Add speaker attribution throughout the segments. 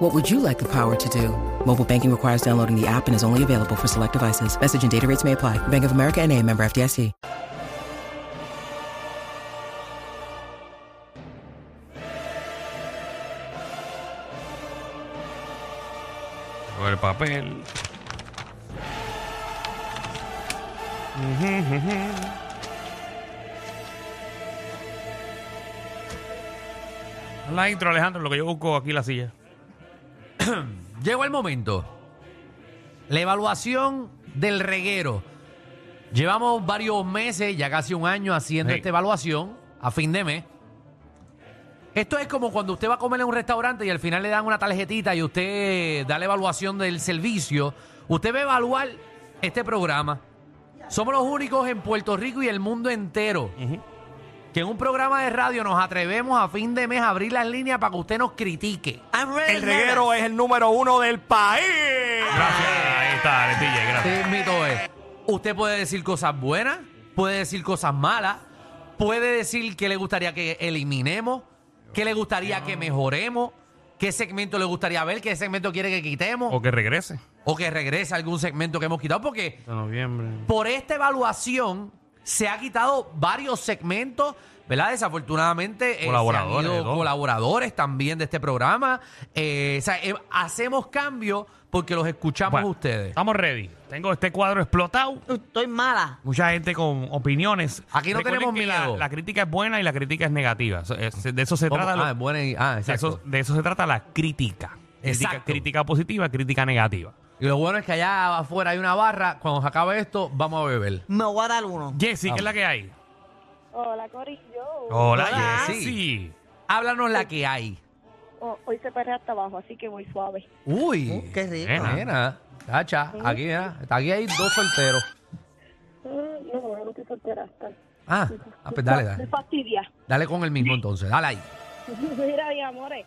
Speaker 1: What would you like the power to do? Mobile banking requires downloading the app and is only available for select devices. Message and data rates may apply. Bank of America and a member FDIC.
Speaker 2: Con el papel. Haz La intro, Alejandro, lo que yo busco aquí en la silla.
Speaker 3: Llegó el momento. La evaluación del reguero. Llevamos varios meses, ya casi un año, haciendo
Speaker 2: Sí.
Speaker 3: esta evaluación a fin de mes. Esto es como cuando usted va a comer en un restaurante y al final le dan una tarjetita y usted da la evaluación del servicio. Usted va a evaluar este programa. Somos los únicos en Puerto Rico y el mundo entero que en un programa de radio nos atrevemos a fin de mes a abrir las líneas para que usted nos critique.
Speaker 4: El reguero es el número uno del país.
Speaker 2: Gracias, ahí está, Aletilla, gracias.
Speaker 3: Te invito es, usted puede decir cosas buenas, puede decir cosas malas, puede decir que le gustaría que eliminemos, que le gustaría que mejoremos, qué segmento le gustaría ver, qué segmento quiere que quitemos
Speaker 2: O que regrese.
Speaker 3: o que regrese algún segmento que hemos quitado, porque
Speaker 2: De noviembre.
Speaker 3: por esta evaluación se ha quitado varios segmentos, ¿verdad? Desafortunadamente, eh, se han
Speaker 2: Colaboradores,
Speaker 3: ido
Speaker 2: ¿no?
Speaker 3: colaboradores también de este programa. Eh, o sea, eh, hacemos cambios porque los escuchamos ustedes.
Speaker 2: Estamos ready. Tengo este cuadro explotado.
Speaker 5: Estoy mala.
Speaker 2: Mucha gente con opiniones.
Speaker 3: Ah. Aquí no tenemos
Speaker 2: que la-
Speaker 3: miedo.
Speaker 2: La, crítica es buena y la crítica es negativa. Eso- es- De eso se
Speaker 3: ¿Cómo?
Speaker 2: trata. lo-
Speaker 3: Ah, buena i- ah,
Speaker 2: de,
Speaker 3: exacto.
Speaker 2: eso, de eso se trata la crítica. Crítica-
Speaker 3: Exacto.
Speaker 2: crítica positiva, crítica negativa.
Speaker 3: Y lo bueno es que allá afuera hay una barra. Cuando se acabe esto, vamos a beber.
Speaker 5: Me voy a dar uno.
Speaker 2: Jessy, ¿qué es la que hay?
Speaker 6: Hola, Corillo.
Speaker 2: Hola,
Speaker 3: Hola.
Speaker 2: Jessy.
Speaker 3: Háblanos la que hay.
Speaker 6: Oh, hoy se perrea hasta abajo, así que muy suave.
Speaker 3: Uy,
Speaker 5: Uh, qué rico.
Speaker 2: Nena.
Speaker 3: nena. Tacha, aquí, mira, aquí hay dos solteros.
Speaker 6: Mm, No, yo no estoy soltera. tal.
Speaker 3: Ah, ah, pues dale,
Speaker 6: Me
Speaker 3: dale.
Speaker 6: fastidia.
Speaker 3: Dale con el mismo entonces. Dale ahí.
Speaker 6: Mira, mi amores,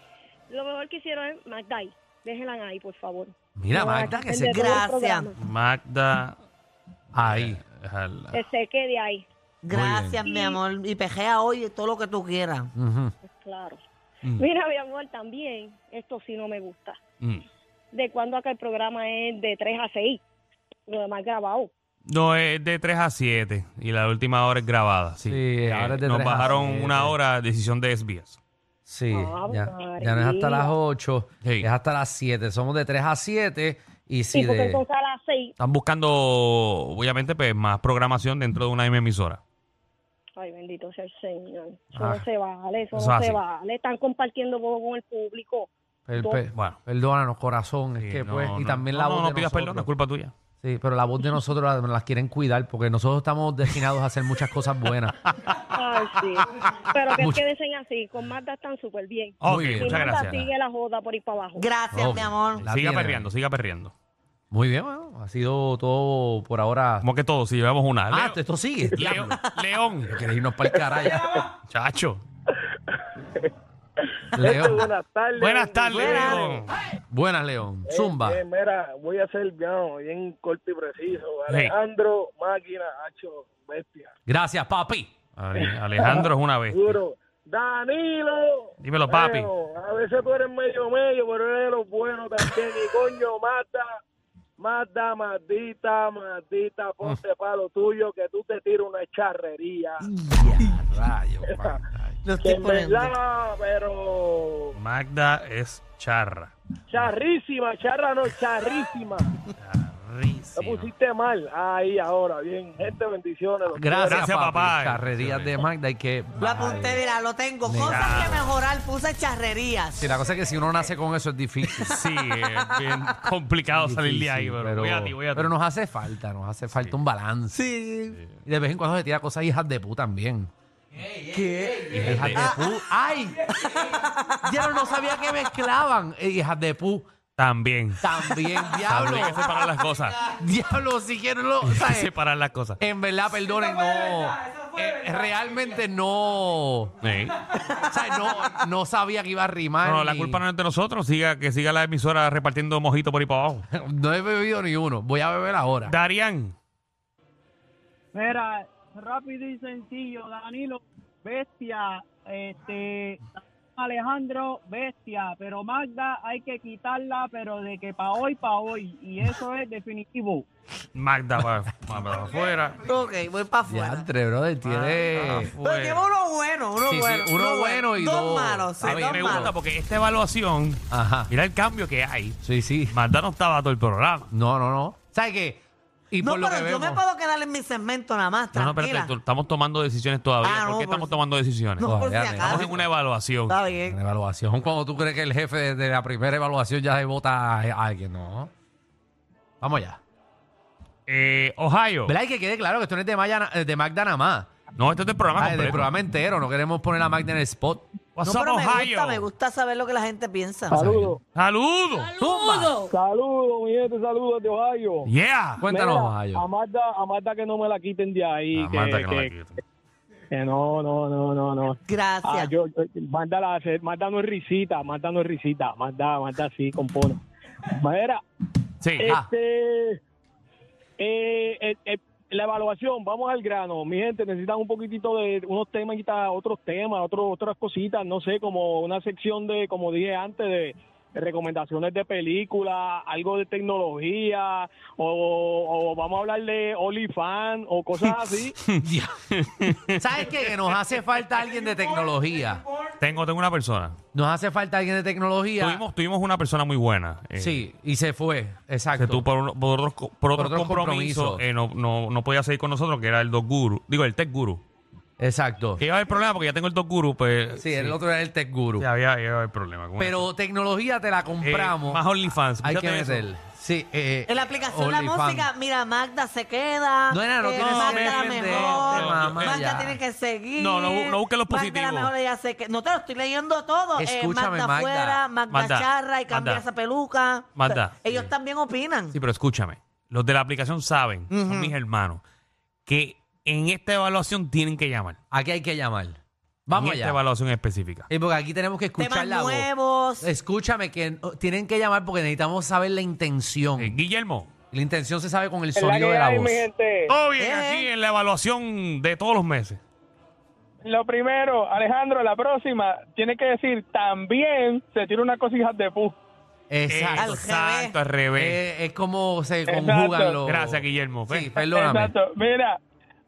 Speaker 6: lo mejor que hicieron es Magdai. Déjenla ahí, por favor.
Speaker 3: Mira,
Speaker 6: No van a
Speaker 3: Magda, que se
Speaker 6: entender todo
Speaker 3: quede
Speaker 6: el
Speaker 5: Gracias.
Speaker 6: programa.
Speaker 2: Magda.
Speaker 3: ahí.
Speaker 2: Déjala.
Speaker 6: Que se quede ahí.
Speaker 5: Gracias, mi amor. Y pejea hoy todo lo que tú quieras.
Speaker 3: Ujú.
Speaker 6: Pues claro.
Speaker 3: Mm.
Speaker 6: Mira, mi amor, también, esto sí no me gusta.
Speaker 2: Mm.
Speaker 6: ¿De cuándo acá el programa es de 3 a 6? Lo demás grabado.
Speaker 2: No, es de 3 a 7 y la última hora es grabada. Sí,
Speaker 3: Sí,
Speaker 2: Eh,
Speaker 3: ahora es de
Speaker 2: Nos
Speaker 3: 3 a
Speaker 2: bajaron
Speaker 3: 7.
Speaker 2: una hora, decisión de SBS.
Speaker 3: Sí,
Speaker 6: Ah,
Speaker 3: ya,
Speaker 6: María.
Speaker 3: ya no es hasta las 8,
Speaker 2: Sí.
Speaker 3: es hasta las 7. Somos de 3 a 7 y
Speaker 6: Sí,
Speaker 3: si
Speaker 6: porque
Speaker 3: de...
Speaker 6: entonces a las 6.
Speaker 2: Están buscando, obviamente, pues, más programación dentro de una misma emisora.
Speaker 6: Ay, bendito sea el Señor. Eso
Speaker 2: Ah,
Speaker 6: no se vale, eso,
Speaker 2: eso
Speaker 6: no
Speaker 2: así.
Speaker 6: se vale. Están compartiendo poco con el público.
Speaker 3: per- per-
Speaker 2: Bueno.
Speaker 3: Perdónanos, corazón.
Speaker 2: Sí,
Speaker 3: es que,
Speaker 2: no,
Speaker 3: pues, y
Speaker 2: no.
Speaker 3: también
Speaker 2: No,
Speaker 3: la
Speaker 2: no,
Speaker 3: voz
Speaker 2: no
Speaker 3: de
Speaker 2: pidas
Speaker 3: nosotros.
Speaker 2: perdón, es culpa tuya.
Speaker 3: Sí, pero la voz de nosotros la- las, quieren cuidar porque nosotros estamos destinados a hacer muchas cosas buenas.
Speaker 6: Ay, sí. Pero que
Speaker 3: Mucho.
Speaker 6: quédense así. Con Magda están súper bien.
Speaker 2: Ok,
Speaker 3: Muy bien.
Speaker 6: Sin
Speaker 2: muchas
Speaker 6: Magda
Speaker 2: gracias.
Speaker 6: sigue la joda por ahí para abajo.
Speaker 5: Gracias,
Speaker 3: Ok.
Speaker 5: mi amor.
Speaker 3: La
Speaker 2: siga
Speaker 3: tiene.
Speaker 2: perreando, siga perreando.
Speaker 3: Muy bien, bueno, ha sido todo por ahora.
Speaker 2: Como que todos, si llevamos una.
Speaker 3: Ah,
Speaker 2: Leo-
Speaker 3: esto sigue.
Speaker 2: Leo-
Speaker 3: diablo.
Speaker 2: León.
Speaker 3: Quieres irnos para el carajo.
Speaker 2: Chacho.
Speaker 3: León.
Speaker 7: Este, Buenas tardes.
Speaker 2: Buenas tardes,
Speaker 5: Buenas.
Speaker 2: León.
Speaker 3: Buenas, León.
Speaker 7: Eh,
Speaker 3: Zumba.
Speaker 7: eh, mira, voy a ser no, bien corto y preciso.
Speaker 2: Sí.
Speaker 7: Alejandro, máquina, hacho, bestia.
Speaker 3: Gracias, papi.
Speaker 2: Ale- Alejandro es una vez.
Speaker 7: Duro. Danilo.
Speaker 2: Dímelo, papi.
Speaker 7: Bueno, a veces tú eres medio medio, pero eres de los buenos también. Y coño, mata, mata, maldita, maldita, ponte palo tuyo que tú te tiras una charrería.
Speaker 3: Rayo, man.
Speaker 5: Lo
Speaker 7: Que
Speaker 5: estoy
Speaker 7: en
Speaker 5: poniendo.
Speaker 7: verdad, pero
Speaker 2: Magda es charra.
Speaker 7: charrísima, charra no, charrísima. Lo
Speaker 2: Charrísima.
Speaker 7: pusiste mal. Ahí, ahora, bien. Gente, bendiciones. los
Speaker 3: Gracias,
Speaker 2: Gracias,
Speaker 3: papi.
Speaker 2: papá.
Speaker 3: Carrerías de Magda y que.
Speaker 5: Lo apunté, mira, lo tengo. Cosas que mejorar. Puse charrerías.
Speaker 3: Sí, la cosa es que si uno nace con eso es difícil.
Speaker 2: Sí, es bien complicado salir de ahí,
Speaker 3: Difícil,
Speaker 2: pero, voy a ti, voy a ti.
Speaker 3: pero nos hace falta, nos hace falta un balance.
Speaker 5: Sí.
Speaker 3: Y de vez en cuando se tira cosas hijas de pu también. ¿Qué? Hijas de pu. ¡Ay! Ya no, no sabía que mezclaban eh, hijas de pu.
Speaker 2: También.
Speaker 3: También, diablo.
Speaker 2: También hay que separar las cosas.
Speaker 3: diablo, si quieren lo.
Speaker 2: Hay que
Speaker 3: ¿sabes?
Speaker 2: separar las cosas.
Speaker 3: En verdad, perdonen, no. eh, realmente no.
Speaker 2: Sí.
Speaker 3: ¿sabes? No, no sabía que iba a rimar.
Speaker 2: No, no, la
Speaker 3: ni-
Speaker 2: culpa no es de nosotros. Siga, que siga la emisora repartiendo mojitos por ahí para abajo.
Speaker 3: No he bebido ni uno. Voy a beber ahora.
Speaker 2: Darían,
Speaker 8: Mira, rápido y sencillo, Danilo, bestia, este, Alejandro, bestia, pero Magda hay que quitarla, pero de que pa' hoy, pa' hoy, y eso es definitivo.
Speaker 2: Magda para, afuera.
Speaker 5: Ok, voy para afuera.
Speaker 3: Diantre, brother, tiene.
Speaker 5: Pero
Speaker 2: Afuera.
Speaker 5: llevo uno bueno, uno
Speaker 3: Sí, sí,
Speaker 5: bueno.
Speaker 3: uno bueno y dos-
Speaker 5: dos malos. sí,
Speaker 2: A mí
Speaker 5: dos
Speaker 2: me
Speaker 5: malos.
Speaker 2: gusta porque esta evaluación,
Speaker 3: Ajá.
Speaker 2: mira el cambio que hay.
Speaker 3: Sí, sí.
Speaker 2: Magda no estaba todo el programa.
Speaker 3: No, no, no. ¿Sabes qué? Y
Speaker 5: No,
Speaker 3: por lo
Speaker 5: pero
Speaker 3: que
Speaker 5: yo me
Speaker 3: vemos-
Speaker 5: puedo quedar en mi segmento nada más,
Speaker 2: No, no,
Speaker 5: tranquila.
Speaker 2: espérate, tú- estamos tomando decisiones todavía.
Speaker 5: Ah,
Speaker 2: ¿Por
Speaker 5: no,
Speaker 2: qué
Speaker 5: por-
Speaker 2: estamos tomando decisiones?
Speaker 5: no, por
Speaker 3: Vamos
Speaker 5: si
Speaker 3: en
Speaker 5: acaso.
Speaker 2: Estamos en una evaluación.
Speaker 5: Está
Speaker 3: En
Speaker 5: bien.
Speaker 3: evaluación, cuando tú crees que el jefe desde la primera evaluación ya se vota a alguien, no. Vamos allá.
Speaker 2: Eh, Ohio.
Speaker 3: ¿Verdad? Y que quede claro que esto no es de, Maya- eh, de Magda nada más.
Speaker 2: No, este es del
Speaker 3: Ah,
Speaker 2: programa
Speaker 3: es del
Speaker 2: completo.
Speaker 3: programa entero. No queremos poner a Magda en el spot.
Speaker 5: No,
Speaker 2: What's up,
Speaker 5: pero me
Speaker 2: Ohio.
Speaker 5: gusta, me gusta saber lo que la gente piensa.
Speaker 7: Saludos,
Speaker 2: Saludos.
Speaker 7: saludos, mi gente, saludos de Ohio.
Speaker 2: Yeah.
Speaker 3: Cuéntanos,
Speaker 7: Mira, A
Speaker 3: Ohio.
Speaker 7: Magda, a Magda que no me la quiten de ahí.
Speaker 2: Ah,
Speaker 7: que,
Speaker 2: Magda, que no la
Speaker 7: que-
Speaker 2: quiten.
Speaker 7: que no, no, no, no, no.
Speaker 5: Gracias.
Speaker 7: Ah, yo, yo- Magda, la, hace- Magda no es risita, Magda no es risita, Magda, Magda sí compone. Mira,
Speaker 2: Sí.
Speaker 3: Ah.
Speaker 7: este, eh, eh, eh, la evaluación, vamos al grano. Mi gente, necesitan un poquitito de unos temas, otros temas, otro- otras cositas, no sé, como una sección de, como dije antes, de recomendaciones de películas, algo de tecnología, o, o vamos a hablar de OnlyFans o cosas así.
Speaker 3: ¿Sabes qué? Que nos hace falta alguien de tecnología.
Speaker 2: Tengo, tengo una persona.
Speaker 3: Nos hace falta alguien de tecnología.
Speaker 2: Tuvimos, tuvimos una persona muy buena. eh,
Speaker 3: Sí, y se fue. Exacto.
Speaker 2: que tú por, uno- por otros, co- por otros
Speaker 3: otros
Speaker 2: compromisos
Speaker 3: compromisos.
Speaker 2: eh, no, no, no podía seguir con nosotros, que era el Doc Guru. Digo, el Tech Guru.
Speaker 3: Exacto.
Speaker 2: Que iba a haber problema porque ya tengo el Doc Guru, pues.
Speaker 3: Sí, el otro era el tech guru.
Speaker 2: Sí, había, iba a haber problema. con eso.
Speaker 3: Pero tecnología te la
Speaker 2: Eh,
Speaker 3: compramos.
Speaker 2: más OnlyFans.
Speaker 3: Hay que
Speaker 2: fíjate eso.
Speaker 3: meter. Sí, eh,
Speaker 5: En la aplicación La
Speaker 3: OnlyFans.
Speaker 5: Música, mira, Magda se queda.
Speaker 3: No, nena, no
Speaker 5: eh,
Speaker 3: tienes que
Speaker 5: Magda la
Speaker 3: defender,
Speaker 5: mejor.
Speaker 2: no, mamá,
Speaker 5: Magda
Speaker 3: ya.
Speaker 5: tiene que seguir.
Speaker 2: No, no bu- no busques los
Speaker 5: Magda
Speaker 2: positivos.
Speaker 5: la mejor, ella se que- No te lo estoy leyendo todo. Eh,
Speaker 3: Escúchame,
Speaker 5: Magda,
Speaker 3: Magda.
Speaker 5: fuera, Magda,
Speaker 2: Magda,
Speaker 5: charra y cambia
Speaker 2: Magda.
Speaker 5: esa peluca.
Speaker 2: Magda.
Speaker 5: O sea, Ellos también opinan.
Speaker 2: Sí, pero escúchame. Los de la aplicación saben, son mis hermanos, que en esta evaluación tienen que llamar.
Speaker 3: Aquí hay que llamar. Vamos
Speaker 2: en este esta
Speaker 3: allá.
Speaker 2: evaluación específica.
Speaker 3: Eh, porque aquí tenemos que escuchar
Speaker 5: Temas
Speaker 3: la voz.
Speaker 5: nuevos.
Speaker 3: Escúchame, que oh, tienen que llamar porque necesitamos saber la intención.
Speaker 2: Eh, Guillermo,
Speaker 3: La intención se sabe con el
Speaker 7: Es la
Speaker 3: sonido
Speaker 7: que
Speaker 3: de la
Speaker 7: hay,
Speaker 3: voz.
Speaker 7: mi gente.
Speaker 2: todo bien
Speaker 5: Eh.
Speaker 2: aquí en la evaluación de todos los meses.
Speaker 7: Lo primero, Alejandro, la próxima, tiene que decir, también se tira una cosija de pu.
Speaker 3: Exacto.
Speaker 2: Eso,
Speaker 5: Al
Speaker 2: Exacto, al revés.
Speaker 3: Eh, es como se
Speaker 7: Exacto.
Speaker 3: conjugan los.
Speaker 2: Gracias, Guillermo.
Speaker 3: Sí,
Speaker 2: Ven.
Speaker 3: perdóname.
Speaker 7: Exacto. Mira,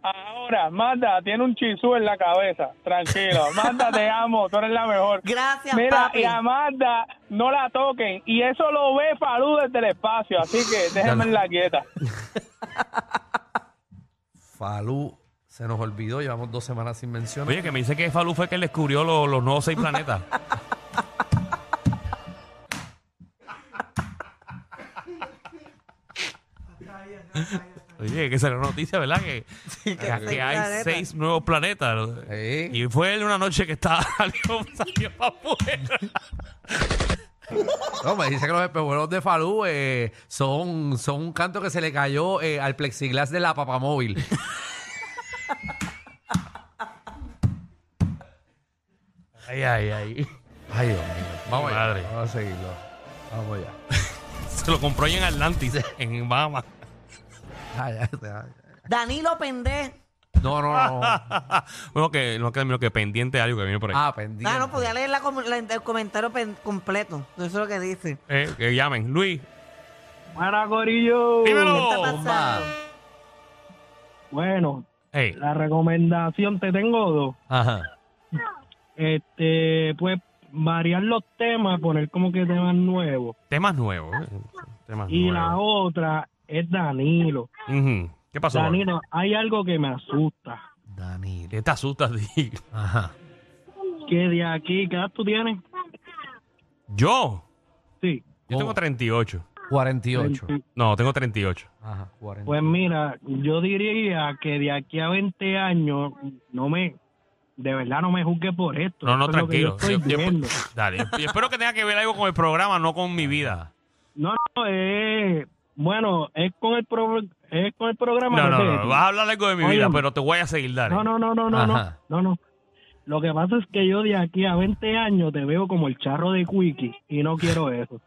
Speaker 7: ahora, Magda tiene un chisú en la cabeza. Tranquilo. Magda, te amo. Tú eres la mejor.
Speaker 5: Gracias,
Speaker 7: Mira,
Speaker 5: papi.
Speaker 7: y a Magda no la toquen. Y eso lo ve Falú desde el espacio. Así que déjenme en la quieta.
Speaker 3: Falú se nos olvidó, llevamos dos semanas sin mencionar.
Speaker 2: Oye, que me dice que Falú fue quien descubrió lo- los nuevos seis planetas. Oye, que será noticia, ¿verdad? Que, que-
Speaker 5: hay seis
Speaker 2: que hay
Speaker 5: planetas.
Speaker 2: seis nuevos planetas.
Speaker 3: Sí.
Speaker 2: Y fue él una noche que estaba salió, salió para afuera.
Speaker 3: No, me dice que los espejuelos de Falú eh, son, son un canto que se le cayó eh, al plexiglas de la papamóvil.
Speaker 2: Ay, ay, ay.
Speaker 3: Ay, Dios mío. Vamos allá.
Speaker 2: Madre.
Speaker 3: Vamos a seguirlo. Vamos allá.
Speaker 2: Se lo compró ahí en Atlantis, en Bahamas.
Speaker 3: Ay, ay, ay.
Speaker 5: Danilo Ah, Pendé.
Speaker 3: No, no, no.
Speaker 2: bueno, que no que, que pendiente de algo que viene por ahí.
Speaker 3: Ah, pendiente.
Speaker 5: Ah, no, podía leer la com- la- el comentario pen- completo. Eso es lo que dice.
Speaker 2: Eh, que llamen. Luis,
Speaker 8: Mara Gorillo.
Speaker 5: ¿Qué está
Speaker 2: dímelo.
Speaker 5: pasando?
Speaker 8: Bueno,
Speaker 2: Ey,
Speaker 8: la recomendación te tengo dos.
Speaker 3: Ajá.
Speaker 8: Este, pues variar los temas, poner como que temas nuevos.
Speaker 2: temas nuevos. eh, Temas
Speaker 8: Y la
Speaker 2: nuevos.
Speaker 8: otra es Danilo.
Speaker 2: Ujú. ¿Qué pasó? Pablo?
Speaker 8: Danilo, hay algo que me asusta.
Speaker 3: Danilo.
Speaker 2: ¿Qué te asustas, Dick?
Speaker 3: Ajá.
Speaker 8: Que de aquí, ¿qué edad tú tienes?
Speaker 2: Yo.
Speaker 8: Sí.
Speaker 2: Yo tengo
Speaker 3: Oh.
Speaker 2: 38.
Speaker 3: 48.
Speaker 2: No, tengo 38.
Speaker 3: Ajá, 48.
Speaker 8: Pues mira, yo diría que de aquí a 20 años, no me, de verdad no me juzgue por esto.
Speaker 2: No, no,
Speaker 8: Esto es lo que
Speaker 2: tranquilo.
Speaker 8: yo estoy
Speaker 2: Yo- yo-
Speaker 8: viendo.
Speaker 2: dale. Yo espero que tenga que ver algo con el programa, no con mi vida.
Speaker 7: No, no, eh, bueno, es con el pro- es con el programa.
Speaker 2: No,
Speaker 7: de
Speaker 2: no,
Speaker 7: Betty.
Speaker 2: no. Vas a hablar algo de mi
Speaker 7: Oye,
Speaker 2: vida, pero te voy a seguir, dale.
Speaker 7: No, no, no, no, no, no,
Speaker 3: Ajá.
Speaker 7: no, no. Lo que pasa es que yo de aquí a 20 años te veo como el charro de Quickie y no quiero eso.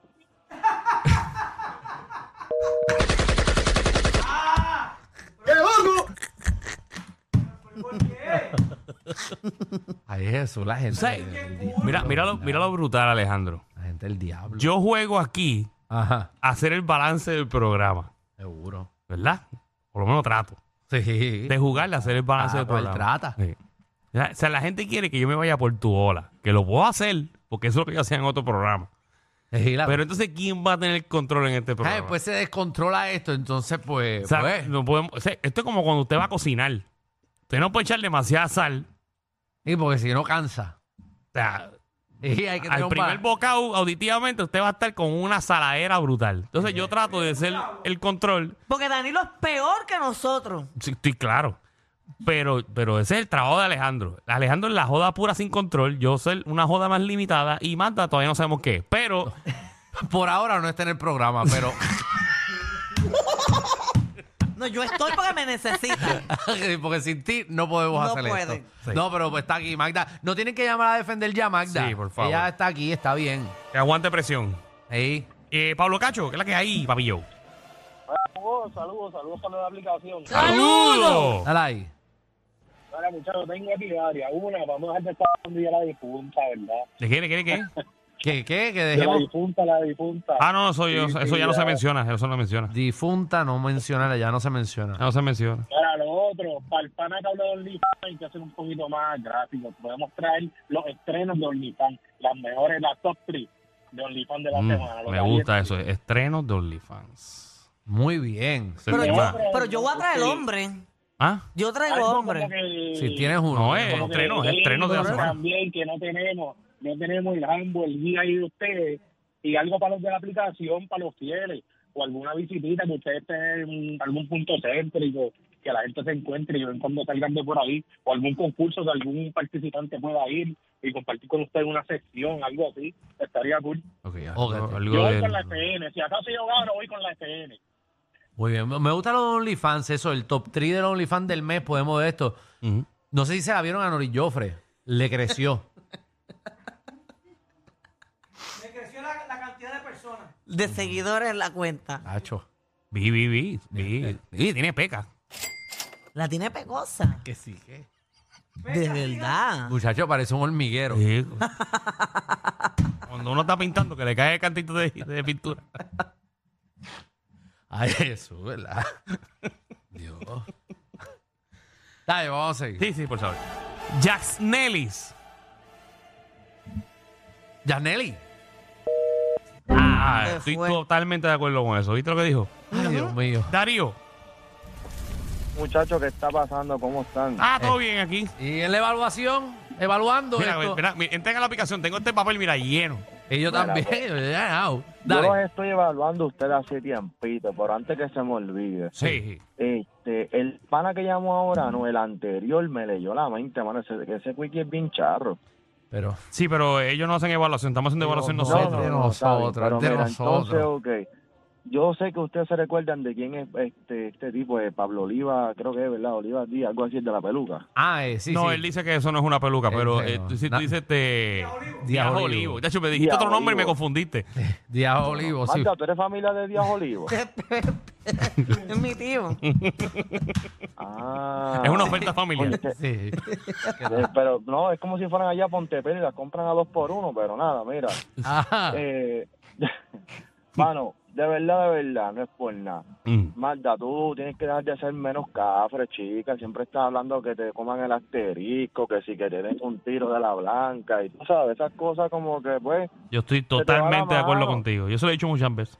Speaker 3: Ay, Jesús, la gente.
Speaker 2: ¿Sabes?
Speaker 3: del diablo,
Speaker 2: Mira, mira, lo, mira lo brutal, Alejandro.
Speaker 3: La gente del diablo.
Speaker 2: Yo juego aquí
Speaker 3: Ajá,
Speaker 2: a hacer el balance del programa,
Speaker 3: seguro.
Speaker 2: ¿verdad? Por lo menos trato.
Speaker 3: Sí.
Speaker 2: De jugarle a hacer el balance
Speaker 3: Ah,
Speaker 2: del
Speaker 3: pues él
Speaker 2: programa.
Speaker 3: trata.
Speaker 2: Sí. La- O sea, la gente quiere que yo me vaya por tu ola, que lo puedo hacer, porque eso es lo que yo hacía en otro programa.
Speaker 3: Sí, la-
Speaker 2: Pero entonces, ¿quién va a tener control en este
Speaker 3: Ah,
Speaker 2: programa?
Speaker 3: después se descontrola esto, entonces pues...
Speaker 2: O sea,
Speaker 3: pues,
Speaker 2: no podemos- o sea, esto es como cuando usted va a cocinar. Usted no puede echar demasiada sal.
Speaker 3: Y porque si no cansa.
Speaker 2: O sea,
Speaker 3: Y pues, hay que tener
Speaker 2: al
Speaker 3: un
Speaker 2: primer
Speaker 3: ba-
Speaker 2: bocado, auditivamente, usted va a estar con una saladera brutal. Entonces, yo trato de hacer el control.
Speaker 5: Porque Danilo es peor que nosotros.
Speaker 2: Sí, estoy claro. Pero, pero ese es el trabajo de Alejandro. Alejandro es la joda pura sin control. Yo soy una joda más limitada. Y Magda todavía no sabemos qué. es. Pero
Speaker 3: Por ahora no está en el programa, pero...
Speaker 5: No, yo estoy porque me necesitan.
Speaker 3: porque sin ti no podemos
Speaker 5: No
Speaker 3: hacer
Speaker 5: pueden.
Speaker 3: esto.
Speaker 2: Sí.
Speaker 3: No, pero pues está aquí Magda. No tienen que llamar a defender ya Magda.
Speaker 2: Sí, por favor.
Speaker 3: Ella está aquí, está bien.
Speaker 2: que aguante presión.
Speaker 3: Sí.
Speaker 2: Eh, Pablo Cacho, ¿qué es la que hay, papillo?
Speaker 7: Saludos, saludos, saludos para la aplicación.
Speaker 2: ¡Saludos!
Speaker 3: Dale ahí.
Speaker 7: Ahora, muchachos, tengo aquí varias. Una, vamos a dejar de estar dando ya la difunta, ¿verdad?
Speaker 2: ¿De qué, de qué, de qué?
Speaker 3: ¿Qué, qué? Que
Speaker 7: De la
Speaker 3: dejemos...
Speaker 7: difunta, la difunta.
Speaker 2: Ah, no, eso, yo-
Speaker 7: Sí,
Speaker 2: eso
Speaker 7: sí,
Speaker 2: ya no se menciona. Eso no se menciona.
Speaker 3: Difunta, no mencionarla, ya no se menciona.
Speaker 2: No se menciona.
Speaker 7: Para lo otro, para el pana que habla de OnlyFans hay que hacer un poquito más gráfico. Podemos traer los estrenos de OnlyFans, las mejores, las top 3 de OnlyFans de la
Speaker 2: Mm,
Speaker 7: semana. lo
Speaker 2: me
Speaker 7: que hay
Speaker 2: gusta
Speaker 7: es-
Speaker 2: eso. Estrenos de OnlyFans.
Speaker 3: Muy bien.
Speaker 2: Se
Speaker 5: Pero yo,
Speaker 2: llama-
Speaker 5: pero yo voy a traer el hombre.
Speaker 2: ¿Ah?
Speaker 5: Yo
Speaker 7: Algo
Speaker 5: traigo
Speaker 7: como
Speaker 5: hombre.
Speaker 7: que-
Speaker 3: Si tienes uno.
Speaker 2: No, es
Speaker 7: eh, como que
Speaker 2: estrenos, es estrenos de la
Speaker 7: lindo
Speaker 2: semana.
Speaker 7: También que no tenemos, no tenemos el jambo, el guía ahí de ustedes y algo para los de la aplicación, para los fieles o alguna visitita que ustedes tengan en algún punto céntrico que la gente se encuentre y ven cuando salgan de por ahí o algún concurso que algún participante pueda ir y compartir con ustedes una sección, algo así, estaría cool.
Speaker 2: Ok,
Speaker 3: Ok.
Speaker 2: algo, algo
Speaker 7: Yo voy
Speaker 2: del-
Speaker 7: con la FN, si acaso yo gano, voy con la FN.
Speaker 3: Muy bien. Me gusta lo de OnlyFans, eso, el top 3 de los OnlyFans del mes, podemos ver esto.
Speaker 2: Ujú.
Speaker 3: No sé si se la vieron a Nori Joffre. Le creció.
Speaker 5: De seguidores en la cuenta.
Speaker 3: Hacho.
Speaker 2: Vi, vi, vi. vi. Sí, tiene peca.
Speaker 5: La tiene pegosa.
Speaker 3: Que sí, que.
Speaker 5: De
Speaker 2: Ah.
Speaker 5: verdad.
Speaker 3: Muchacho, parece un hormiguero.
Speaker 2: Sí. Cuando uno está pintando, que le cae el cantito de, de pintura.
Speaker 3: Ay, Jesús, ¿verdad? Dios. Dale, vamos a seguir.
Speaker 2: Sí, sí, por favor. Jax Nellis.
Speaker 3: Yaneli.
Speaker 2: Ah,
Speaker 5: Se
Speaker 2: estoy
Speaker 5: fue.
Speaker 2: totalmente de acuerdo con eso. ¿Viste lo que dijo?
Speaker 3: Ay, Dios mío.
Speaker 2: Darío.
Speaker 9: Muchachos, ¿qué está pasando? ¿Cómo están? Eh,
Speaker 2: Ah, todo bien aquí.
Speaker 3: Eh. Y en la evaluación, evaluando
Speaker 2: Mira,
Speaker 3: esto.
Speaker 2: mira, mira, entrega la aplicación. Tengo este papel, mira, lleno.
Speaker 3: Y yo también. yo he ganado.
Speaker 9: Yo los
Speaker 3: Dale.
Speaker 9: estoy evaluando a ustedes hace tiempito, pero antes que se me olvide.
Speaker 2: Sí.
Speaker 9: Este, el pana que llamó ahora, no, el anterior me leyó la mente, mano. Ese, ese quickie es bien charro.
Speaker 3: Pero.
Speaker 2: Sí, pero ellos no hacen evaluación. Estamos haciendo evaluación
Speaker 3: no,
Speaker 2: nosotros.
Speaker 3: no, de
Speaker 9: está bien,
Speaker 3: nosotros,
Speaker 9: pero
Speaker 3: de
Speaker 9: mira,
Speaker 3: nosotros.
Speaker 9: Entonces, ok. Yo sé que ustedes se recuerdan de quién es este este tipo, de Pablo Oliva, creo que es, ¿verdad? Oliva Díaz, algo así, el de la peluca.
Speaker 3: Ah, eh, sí,
Speaker 2: no,
Speaker 3: sí.
Speaker 2: él dice que eso no es una peluca,
Speaker 3: Él
Speaker 2: pero
Speaker 3: dice
Speaker 2: eh,
Speaker 3: no.
Speaker 2: tú- si tú
Speaker 3: Na-
Speaker 2: dices este... Díaz,
Speaker 3: Olivo.
Speaker 2: Olivo. Ya, me dijiste
Speaker 9: Díaz
Speaker 2: otro nombre y me
Speaker 9: Olivo.
Speaker 2: confundiste.
Speaker 3: Díaz Olivo, sí.
Speaker 9: Marta, ¿tú eres familia de Díaz Olivo?
Speaker 5: Es mi tío.
Speaker 9: ah.
Speaker 2: Es una oferta familiar.
Speaker 9: Oye,
Speaker 3: Sí.
Speaker 9: Eh, pero no, es como si fueran allá a Pontepel y las compran a dos por uno, pero nada, mira.
Speaker 3: Ajá.
Speaker 9: Eh, mano, de verdad, de verdad, no es por nada.
Speaker 2: Mm.
Speaker 9: Magda, tú tienes que dejar de hacer menos cafre, chica. Siempre estás hablando que te coman el asterisco, que si que te den un tiro de la blanca y tú sabes, esas cosas como que pues
Speaker 2: Yo estoy
Speaker 9: va la
Speaker 2: totalmente de acuerdo
Speaker 9: mano.
Speaker 2: contigo. Yo se lo he dicho muchas veces.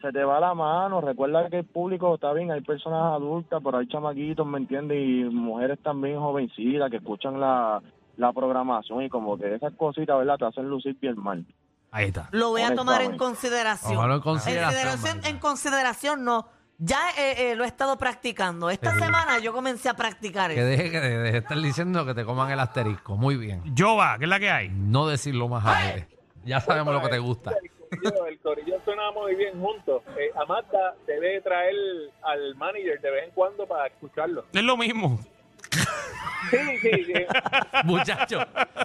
Speaker 9: se te va la mano. Recuerda que el público está bien, hay personas adultas, pero hay chamaquitos, ¿me entiendes? Y mujeres también jovencitas que escuchan la, la programación y como que esas cositas, ¿verdad? Te hacen lucir bien mal.
Speaker 2: Ahí está.
Speaker 5: Lo voy a tomar en
Speaker 9: Honestamente.
Speaker 5: consideración.
Speaker 3: Tómalo en
Speaker 5: En
Speaker 3: consideración.
Speaker 5: consideración,
Speaker 3: Magda.
Speaker 5: en consideración no. Ya eh, eh, lo he estado practicando. Esta
Speaker 3: Sí.
Speaker 5: semana yo comencé a practicar
Speaker 3: Que
Speaker 5: eso.
Speaker 3: deje que deje de estar diciendo que te coman el asterisco. Muy bien.
Speaker 2: Jova, ¿qué es la que hay?
Speaker 3: No decirlo más aire. Ya sabemos lo que te gusta.
Speaker 10: corillo, el corillo suena muy bien juntos. Eh, a Marta debe traer al manager de vez en cuando para escucharlo.
Speaker 2: Es lo mismo.
Speaker 10: Sí, sí, sí.
Speaker 3: Muchacho,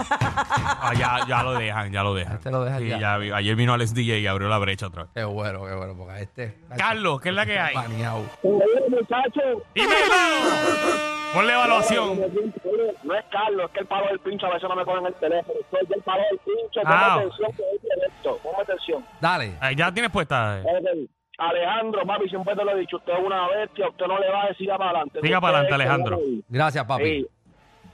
Speaker 2: Ah, ya, ya lo dejan, ya lo dejan.
Speaker 3: Este lo dejan
Speaker 2: Sí,
Speaker 3: ya.
Speaker 2: vi- ayer vino Alex DJ y abrió la brecha otra vez.
Speaker 3: Qué bueno, qué bueno, porque a este.
Speaker 2: Carlos, ¿qué es la que hay?
Speaker 3: Baneado.
Speaker 7: Oye, muchacho,
Speaker 2: ¡Dímelo! Ponle evaluación.
Speaker 7: no es Carlos, es que el palo del pincho a veces no me cogen el teléfono. Soy yo el palo del pincho,
Speaker 2: Ah.
Speaker 7: ponme atención, que es directo, ponme atención.
Speaker 3: Dale.
Speaker 2: Ay, Ya tienes puesta. eh.
Speaker 7: Ok. Alejandro, papi, siempre te lo he dicho, usted es una bestia, usted no le va a decir para adelante.
Speaker 2: Siga para adelante, Alejandro.
Speaker 3: Gracias, papi.
Speaker 7: Sí.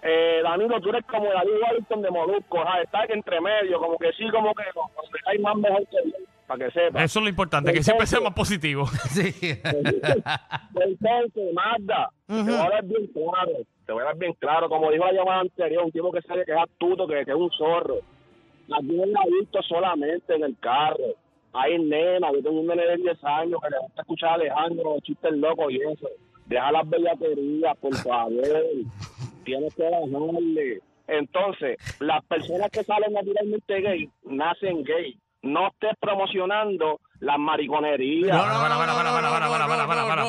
Speaker 7: Eh, Danilo, tú eres como David Wellington de Molusco, ¿sabes? Está aquí entre medio, como que sí, como que no, como que hay más mejor que yo, para que sepa.
Speaker 2: Eso es lo importante, que siempre sea más positivo.
Speaker 3: Sí.
Speaker 7: Entonces, Magda, te voy a hablar bien claro, te voy a hablar bien claro, como dijo la llamada anterior, un tipo que sabe que es astuto, que, que es un zorro. Aquí no la he visto solamente en el carro. Hay nena, yo tengo un nene de 10 años que le gusta escuchar a Alejandro, los chistes locos y eso. Deja las bellaterías, por favor. Tienes que bajarle. Entonces, las personas que salen naturalmente gay, nacen gay. No estés promocionando las mariconerías.
Speaker 3: No, no, no, no, no, no, no, no, no,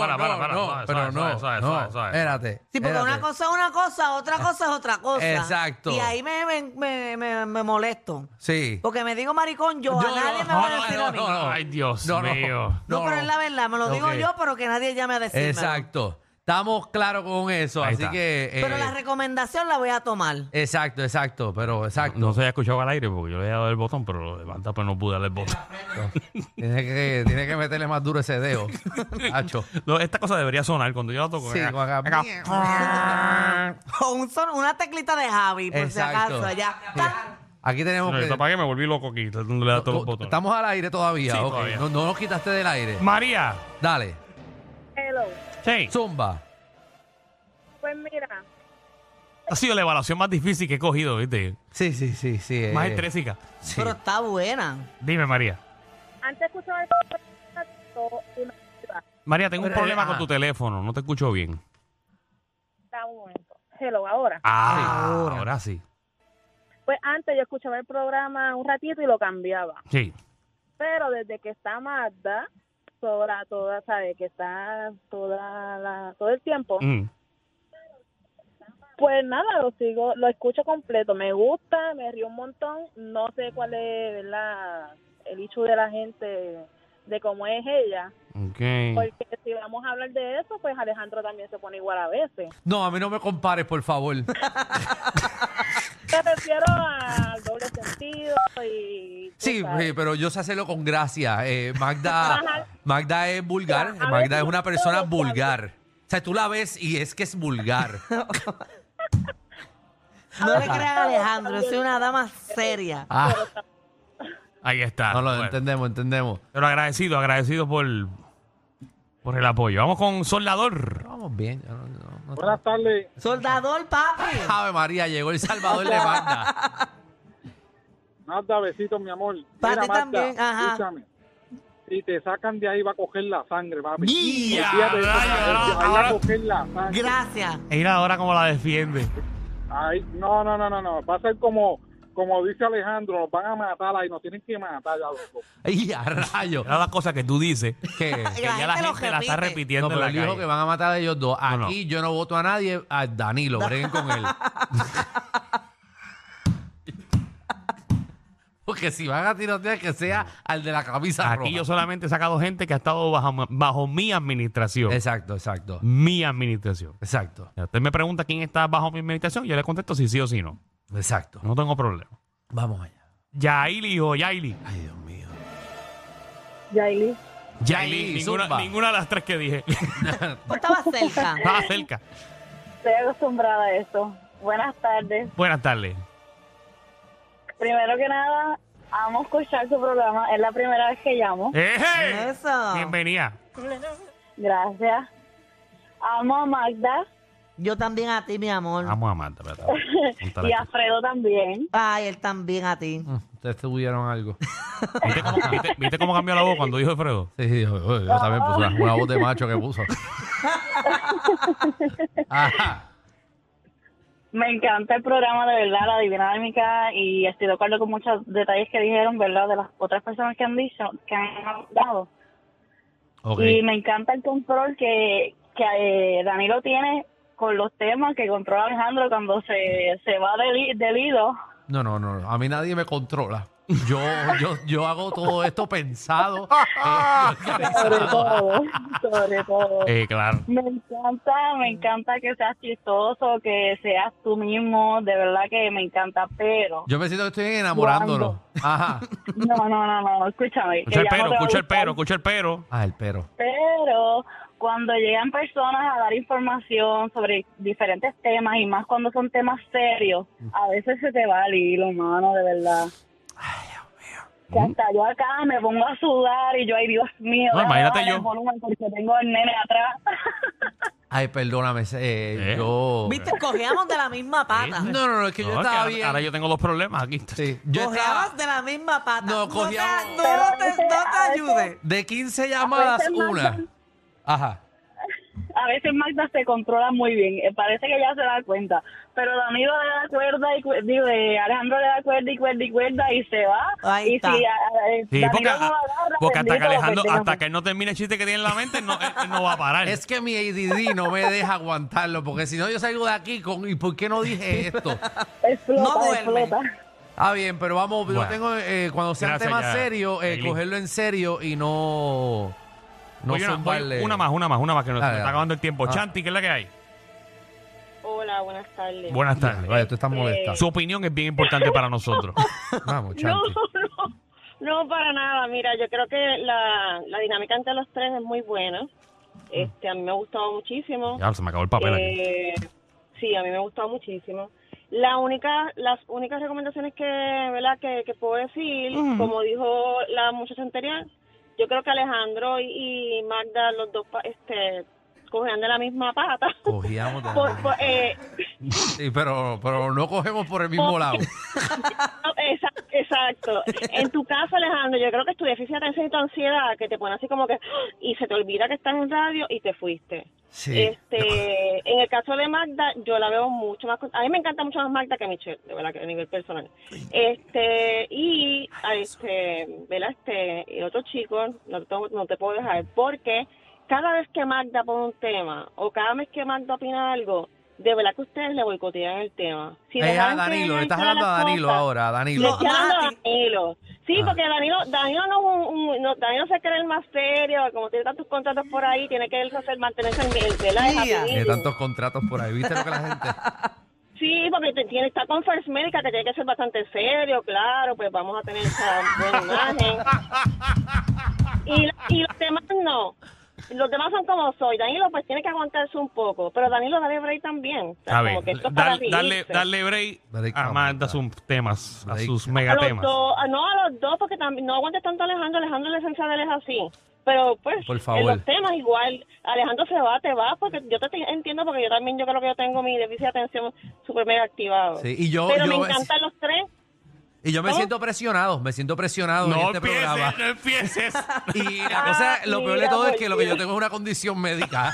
Speaker 3: pero no, no, espérate.
Speaker 5: Sí, porque una
Speaker 3: espérate.
Speaker 5: cosa es una cosa, otra cosa es otra cosa.
Speaker 3: Exacto.
Speaker 5: Y ahí me, me, me, me, me molesto.
Speaker 3: Sí.
Speaker 5: Porque me digo maricón yo,
Speaker 3: Yo
Speaker 5: a nadie
Speaker 3: no,
Speaker 5: me va
Speaker 3: no,
Speaker 5: a decir
Speaker 3: no,
Speaker 5: a mí.
Speaker 3: no, no.
Speaker 2: Ay, Dios
Speaker 3: No, no.
Speaker 2: mío.
Speaker 5: No,
Speaker 3: No,
Speaker 5: pero
Speaker 3: no.
Speaker 5: es la verdad, me lo digo
Speaker 3: Ok.
Speaker 5: yo, pero que nadie llame a decirme.
Speaker 3: Exacto. Estamos claros con eso,
Speaker 2: Ahí
Speaker 3: así
Speaker 2: está.
Speaker 3: que... eh,
Speaker 5: Pero la recomendación la voy a tomar.
Speaker 3: Exacto, exacto, pero exacto.
Speaker 2: No se haya escuchado al aire porque yo le he dado el botón, pero lo levanta, pero no pude darle el botón.
Speaker 3: Tiene que, tiene que meterle más duro ese dedo. Hacho.
Speaker 2: No, esta cosa debería sonar cuando yo la toco.
Speaker 3: Sí,
Speaker 2: acá.
Speaker 3: con acá.
Speaker 5: O un son- una teclita de Javi, por
Speaker 3: Exacto.
Speaker 5: si acaso. Ya. ¡Tan!
Speaker 3: Aquí tenemos
Speaker 2: No, yo te
Speaker 3: que...
Speaker 2: apagué, me volví loco aquí. tratando de darle a todos los botones.
Speaker 3: Estamos al aire todavía.
Speaker 2: Sí,
Speaker 3: ok.
Speaker 2: todavía.
Speaker 3: No, no nos quitaste del aire.
Speaker 2: María.
Speaker 3: Dale.
Speaker 6: Hello.
Speaker 2: Sí.
Speaker 3: Zumba.
Speaker 6: Pues mira,
Speaker 2: Ha sido la evaluación más difícil que he cogido, ¿viste?
Speaker 3: Sí, sí, sí, sí. eh,
Speaker 2: Más estrésica.
Speaker 3: sí.
Speaker 5: Pero está buena.
Speaker 2: Dime, María.
Speaker 6: antes escuchaba el y me iba.
Speaker 2: María, tengo
Speaker 6: Eh,
Speaker 2: un
Speaker 3: Pero,
Speaker 2: problema con
Speaker 3: ajá.
Speaker 2: tu teléfono. No te escucho bien.
Speaker 6: ah, Da un momento. Hello, ahora.
Speaker 2: Ah, ahora. sí.
Speaker 6: Pues antes yo escuchaba el programa un ratito y lo cambiaba.
Speaker 2: Sí.
Speaker 6: Pero desde que está Magda, toda, toda, sabe que está toda la, todo el tiempo,
Speaker 2: Mm.
Speaker 6: Pues nada, lo sigo, lo escucho completo, me gusta, me río un montón, no sé cuál es la, el hecho de la gente, de cómo es ella,
Speaker 2: Ok.
Speaker 6: porque si vamos a hablar de eso, pues Alejandro también se pone igual a veces.
Speaker 3: No, a mí no me compares, por favor.
Speaker 6: Me refiero al doble sentido y... tú
Speaker 3: Sí,
Speaker 6: sabes.
Speaker 3: sí, pero yo sé hacerlo con gracia. Eh, Magda,
Speaker 6: Ajá.
Speaker 3: Magda es vulgar.
Speaker 6: Pero a
Speaker 3: Magda
Speaker 6: veces
Speaker 3: es una
Speaker 6: no
Speaker 3: persona
Speaker 6: todos
Speaker 3: vulgar. O sea, tú la ves y es que es vulgar.
Speaker 5: No le creas a Alejandro, yo soy una dama seria.
Speaker 3: Ah,
Speaker 2: Ahí está.
Speaker 3: no lo
Speaker 2: Bueno.
Speaker 3: entendemos, entendemos.
Speaker 2: Pero agradecido, agradecido por, por el apoyo. Vamos con Soldador.
Speaker 3: Pero vamos bien. yo no- no- no-
Speaker 7: Buenas tardes.
Speaker 5: Soldador, papi.
Speaker 3: Ave María, llegó el salvador de Magda.
Speaker 10: Nada, besitos, mi amor.
Speaker 5: Para ti también, ajá.
Speaker 10: Escúchame. Si te sacan de ahí, va a coger la sangre, papi.
Speaker 2: ¡Ya!
Speaker 10: Olvídate de esa
Speaker 2: Ahora-
Speaker 10: gente, ahí va a
Speaker 2: ahora-
Speaker 10: coger la sangre.
Speaker 5: Gracias.
Speaker 2: Mira ahora cómo la defiende.
Speaker 10: Ay, no, no, no, no, no. Va a ser como, como dice Alejandro, nos van a matar ahí, nos tienen que matar ya, loco.
Speaker 3: ¡Ay, a rayo!
Speaker 2: Era la cosa que tú dices.
Speaker 3: ¿Qué?
Speaker 2: Que ya la gente la está repitiendo
Speaker 3: No, pero
Speaker 2: en
Speaker 3: él
Speaker 2: la
Speaker 3: dijo
Speaker 2: calle.
Speaker 3: que van a matar a ellos dos.
Speaker 2: No, no.
Speaker 3: Aquí yo no voto a nadie, a Danilo, breguen con él. Porque si van a tirotear, que sea al de la camisa
Speaker 2: Aquí
Speaker 3: roja.
Speaker 2: yo solamente he sacado gente que ha estado bajo, bajo mi administración.
Speaker 3: Exacto, exacto.
Speaker 2: Mi administración.
Speaker 3: Exacto,
Speaker 2: Ya, Usted me pregunta quién está bajo mi administración, yo le contesto si sí o si no.
Speaker 3: exacto.
Speaker 2: No tengo problema.
Speaker 3: Vamos allá.
Speaker 2: Yaili, hijo, Yaili.
Speaker 3: Ay, Dios mío.
Speaker 6: Yaili.
Speaker 3: Yaili,
Speaker 2: ninguna,
Speaker 3: zumba.
Speaker 2: ninguna de las tres que dije.
Speaker 5: Tú estabas cerca.
Speaker 2: Estaba cerca.
Speaker 6: Estoy acostumbrada a esto. Buenas tardes.
Speaker 2: Buenas tardes.
Speaker 6: Primero que nada, amo escuchar su programa. Es la primera vez que llamo.
Speaker 2: ¡Eh, ¡Eje!
Speaker 5: Eso.
Speaker 2: Bienvenida.
Speaker 6: Gracias. Amo a Magda
Speaker 5: Yo también a ti, mi amor.
Speaker 2: Vamos a Amanda. espérate. Apúntala
Speaker 6: y a
Speaker 2: aquí.
Speaker 6: Fredo también.
Speaker 5: Ay, él también a ti.
Speaker 3: Mm, Ustedes tuvieron algo.
Speaker 2: ¿Viste cómo, viste- viste cómo cambió la voz cuando dijo Alfredo?
Speaker 3: Sí, sí, yo, yo- yo también puse una, una voz de macho que puso. Ajá.
Speaker 6: Me encanta el programa, de verdad, la dinámica y estoy de acuerdo con muchos detalles que dijeron, ¿verdad? De las otras personas que han dicho, que han hablado.
Speaker 3: Ok.
Speaker 6: Y me encanta el control que, que eh, Danilo tiene con los temas que controla Alejandro cuando se, se va del, hi- del hilo.
Speaker 3: No, no, no. no. A mí nadie me controla. Yo, yo, yo hago todo esto pensado. eh,
Speaker 6: Sobre todo, sobre todo.
Speaker 2: Eh, claro.
Speaker 6: Me encanta, me encanta que seas chistoso, que seas tú mismo, de verdad que me encanta, pero...
Speaker 3: yo me siento que estoy enamorándonos. Ajá.
Speaker 6: No, no, no, no, escúchame. que
Speaker 2: Escucha el
Speaker 6: ya no
Speaker 2: pero,
Speaker 6: te va a
Speaker 2: escucha el
Speaker 6: gustar.
Speaker 2: pero, escucha el pero.
Speaker 3: Ah, el pero.
Speaker 6: pero cuando llegan personas a dar información sobre diferentes temas y más cuando son temas serios, a veces se te va el hilo, mano, de verdad. Ay, Dios mío. Que hasta yo acá me pongo a sudar y yo, ay, Dios mío.
Speaker 2: No,
Speaker 6: déjame
Speaker 2: imagínate
Speaker 6: bajar el
Speaker 2: yo.
Speaker 6: volumen porque tengo el nene atrás.
Speaker 3: Ay, perdóname. eh,
Speaker 2: Eh.
Speaker 3: Yo.
Speaker 5: Viste, cogíamos de la misma pata.
Speaker 3: ¿Eh? No, no, no. Es que yo
Speaker 2: No, es que
Speaker 3: estaba
Speaker 2: ahora,
Speaker 3: bien.
Speaker 2: ahora yo tengo dos problemas aquí.
Speaker 3: Sí, yo
Speaker 5: cogíamos
Speaker 3: estaba
Speaker 5: de la misma pata.
Speaker 3: No, cogíamos-
Speaker 5: No te, no te- no te ayudes.
Speaker 3: de 15 llamadas,
Speaker 6: veces
Speaker 3: una.
Speaker 6: mandan-
Speaker 3: Ajá.
Speaker 6: A veces Magda se controla muy bien, eh, parece que ya se da cuenta, pero Danilo le da cuerda y cuer- digo, eh, Alejandro le da cuerda y cuerda y cuerda y se va.
Speaker 5: Ahí
Speaker 6: y
Speaker 5: está.
Speaker 6: si a- eh,
Speaker 2: Sí,
Speaker 6: Danilo
Speaker 2: porque,
Speaker 6: no lo agarra,
Speaker 2: porque hasta que
Speaker 6: bendito, lo
Speaker 2: Alejandro,
Speaker 6: perdemos.
Speaker 2: hasta que él no termine el chiste que tiene en la mente, él no, él- él no va a parar.
Speaker 3: Es que mi ADD no me deja aguantarlo, porque si no yo salgo de aquí con ¿y por qué no dije esto?
Speaker 6: Explota,
Speaker 5: No duerme.
Speaker 6: explota.
Speaker 3: Ah, bien, pero vamos, yo
Speaker 2: Bueno.
Speaker 3: tengo, eh, cuando sea un
Speaker 2: Gracias,
Speaker 3: tema
Speaker 2: ya,
Speaker 3: serio, eh,
Speaker 2: Eli.
Speaker 3: cogerlo en serio y no, no
Speaker 2: Oye, una, oye,
Speaker 3: zumbarle.
Speaker 2: una más, una más, una más, que nos,
Speaker 3: Dale,
Speaker 2: nos está
Speaker 3: dale.
Speaker 2: acabando el tiempo.
Speaker 3: Ah.
Speaker 2: Chanti, ¿qué es la que hay?
Speaker 6: Hola, buenas tardes.
Speaker 2: Buenas
Speaker 3: Ya,
Speaker 2: tardes.
Speaker 3: Vaya, tú estás molesta.
Speaker 2: Su opinión es bien importante para nosotros.
Speaker 3: Vamos,
Speaker 11: No,
Speaker 3: Chanti.
Speaker 11: no, no, para nada. Mira, yo creo que la, la dinámica entre los tres es muy
Speaker 2: Mm.
Speaker 11: buena. Este, a mí me ha gustado muchísimo.
Speaker 2: ya, se me acabó el papel aquí.
Speaker 11: Eh, sí, a mí me ha gustado muchísimo. La única, las únicas recomendaciones que, ¿verdad? que, que puedo decir, como dijo la muchacha anterior, yo creo que Alejandro y, y Magda, los dos, pa- este, cogían de la misma pata.
Speaker 3: Cogíamos de la
Speaker 11: Por-
Speaker 3: misma
Speaker 11: por- eh,
Speaker 3: Sí, pero, pero no cogemos por el mismo lado.
Speaker 11: No, esa- Exacto. En tu caso, Alejandro, yo creo que tu déficit de atención y tu ansiedad que te pone así como que ¡ah! y se te olvida que estás en radio y te fuiste.
Speaker 3: Sí.
Speaker 11: Este, en el caso de Magda, yo la veo mucho más. con- A mí me encanta mucho más Magda que Michelle, de verdad, que a nivel personal. Este y a este, ¿verdad? Este, el otro chico, no te, no te puedo dejar porque cada vez que Magda pone un tema o cada vez que Magda opina algo, de verdad que ustedes le boicotean el tema. Si
Speaker 3: Es a
Speaker 11: dejaran que
Speaker 3: Danilo,
Speaker 11: ella
Speaker 3: le estás
Speaker 11: hiciera
Speaker 3: hablando a
Speaker 11: las
Speaker 3: Danilo
Speaker 11: cosas,
Speaker 3: ahora, a
Speaker 11: le
Speaker 3: Danilo.
Speaker 11: estoy hablando a
Speaker 5: Mati.
Speaker 11: Danilo. Sí,
Speaker 3: Ah.
Speaker 11: porque Danilo, Danilo no, es un- un- no- Danilo se cree el más serio, como tiene tantos contratos por ahí, tiene que él hacer mantenerse en el de la
Speaker 5: Mía.
Speaker 3: Tiene Eh, tantos contratos por ahí, ¿viste lo que la gente?
Speaker 11: Sí, porque te- tiene está con First Medica que tiene que ser bastante serio, claro, pues vamos a tener esa buena imagen. Y, y los demás no. Los demás son como soy. Danilo pues tiene que aguantarse un poco, pero Danilo dale break también. O sea,
Speaker 2: A
Speaker 11: como
Speaker 2: ver,
Speaker 11: que esto es para
Speaker 2: dale, dale,
Speaker 11: reírse.
Speaker 2: dale break
Speaker 3: Break,
Speaker 2: a
Speaker 3: vamos,
Speaker 2: Amanda
Speaker 3: dale.
Speaker 2: sus temas, a
Speaker 3: Break.
Speaker 2: sus
Speaker 11: A los
Speaker 2: megatemas.
Speaker 11: dos, a- no a los dos, porque también no aguantes tanto a Alejandro. Alejandro, la esencia de él es así. Pero pues,
Speaker 3: Por favor.
Speaker 11: en los temas igual, Alejandro se va, te va, porque yo te te entiendo, porque yo también yo creo que yo tengo mi déficit de atención súper mega activado.
Speaker 3: Sí, y yo-
Speaker 11: Pero
Speaker 3: yo-
Speaker 11: me encantan los tres.
Speaker 3: Y yo me
Speaker 11: ¿Cómo?
Speaker 3: siento presionado, me siento presionado en
Speaker 2: No
Speaker 3: este programa.
Speaker 2: empieces, no empieces.
Speaker 3: Y la cosa,
Speaker 11: Ah,
Speaker 3: lo peor de
Speaker 11: mira,
Speaker 3: todo es
Speaker 11: por
Speaker 3: que lo que yo
Speaker 11: Dios.
Speaker 3: tengo es una condición médica.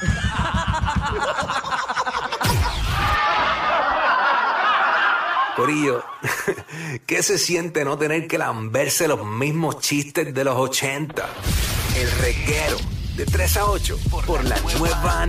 Speaker 8: Corillo, ¿qué se siente no tener que lamberse los mismos chistes de los 80? El reguero de 3 a 8 por la nueva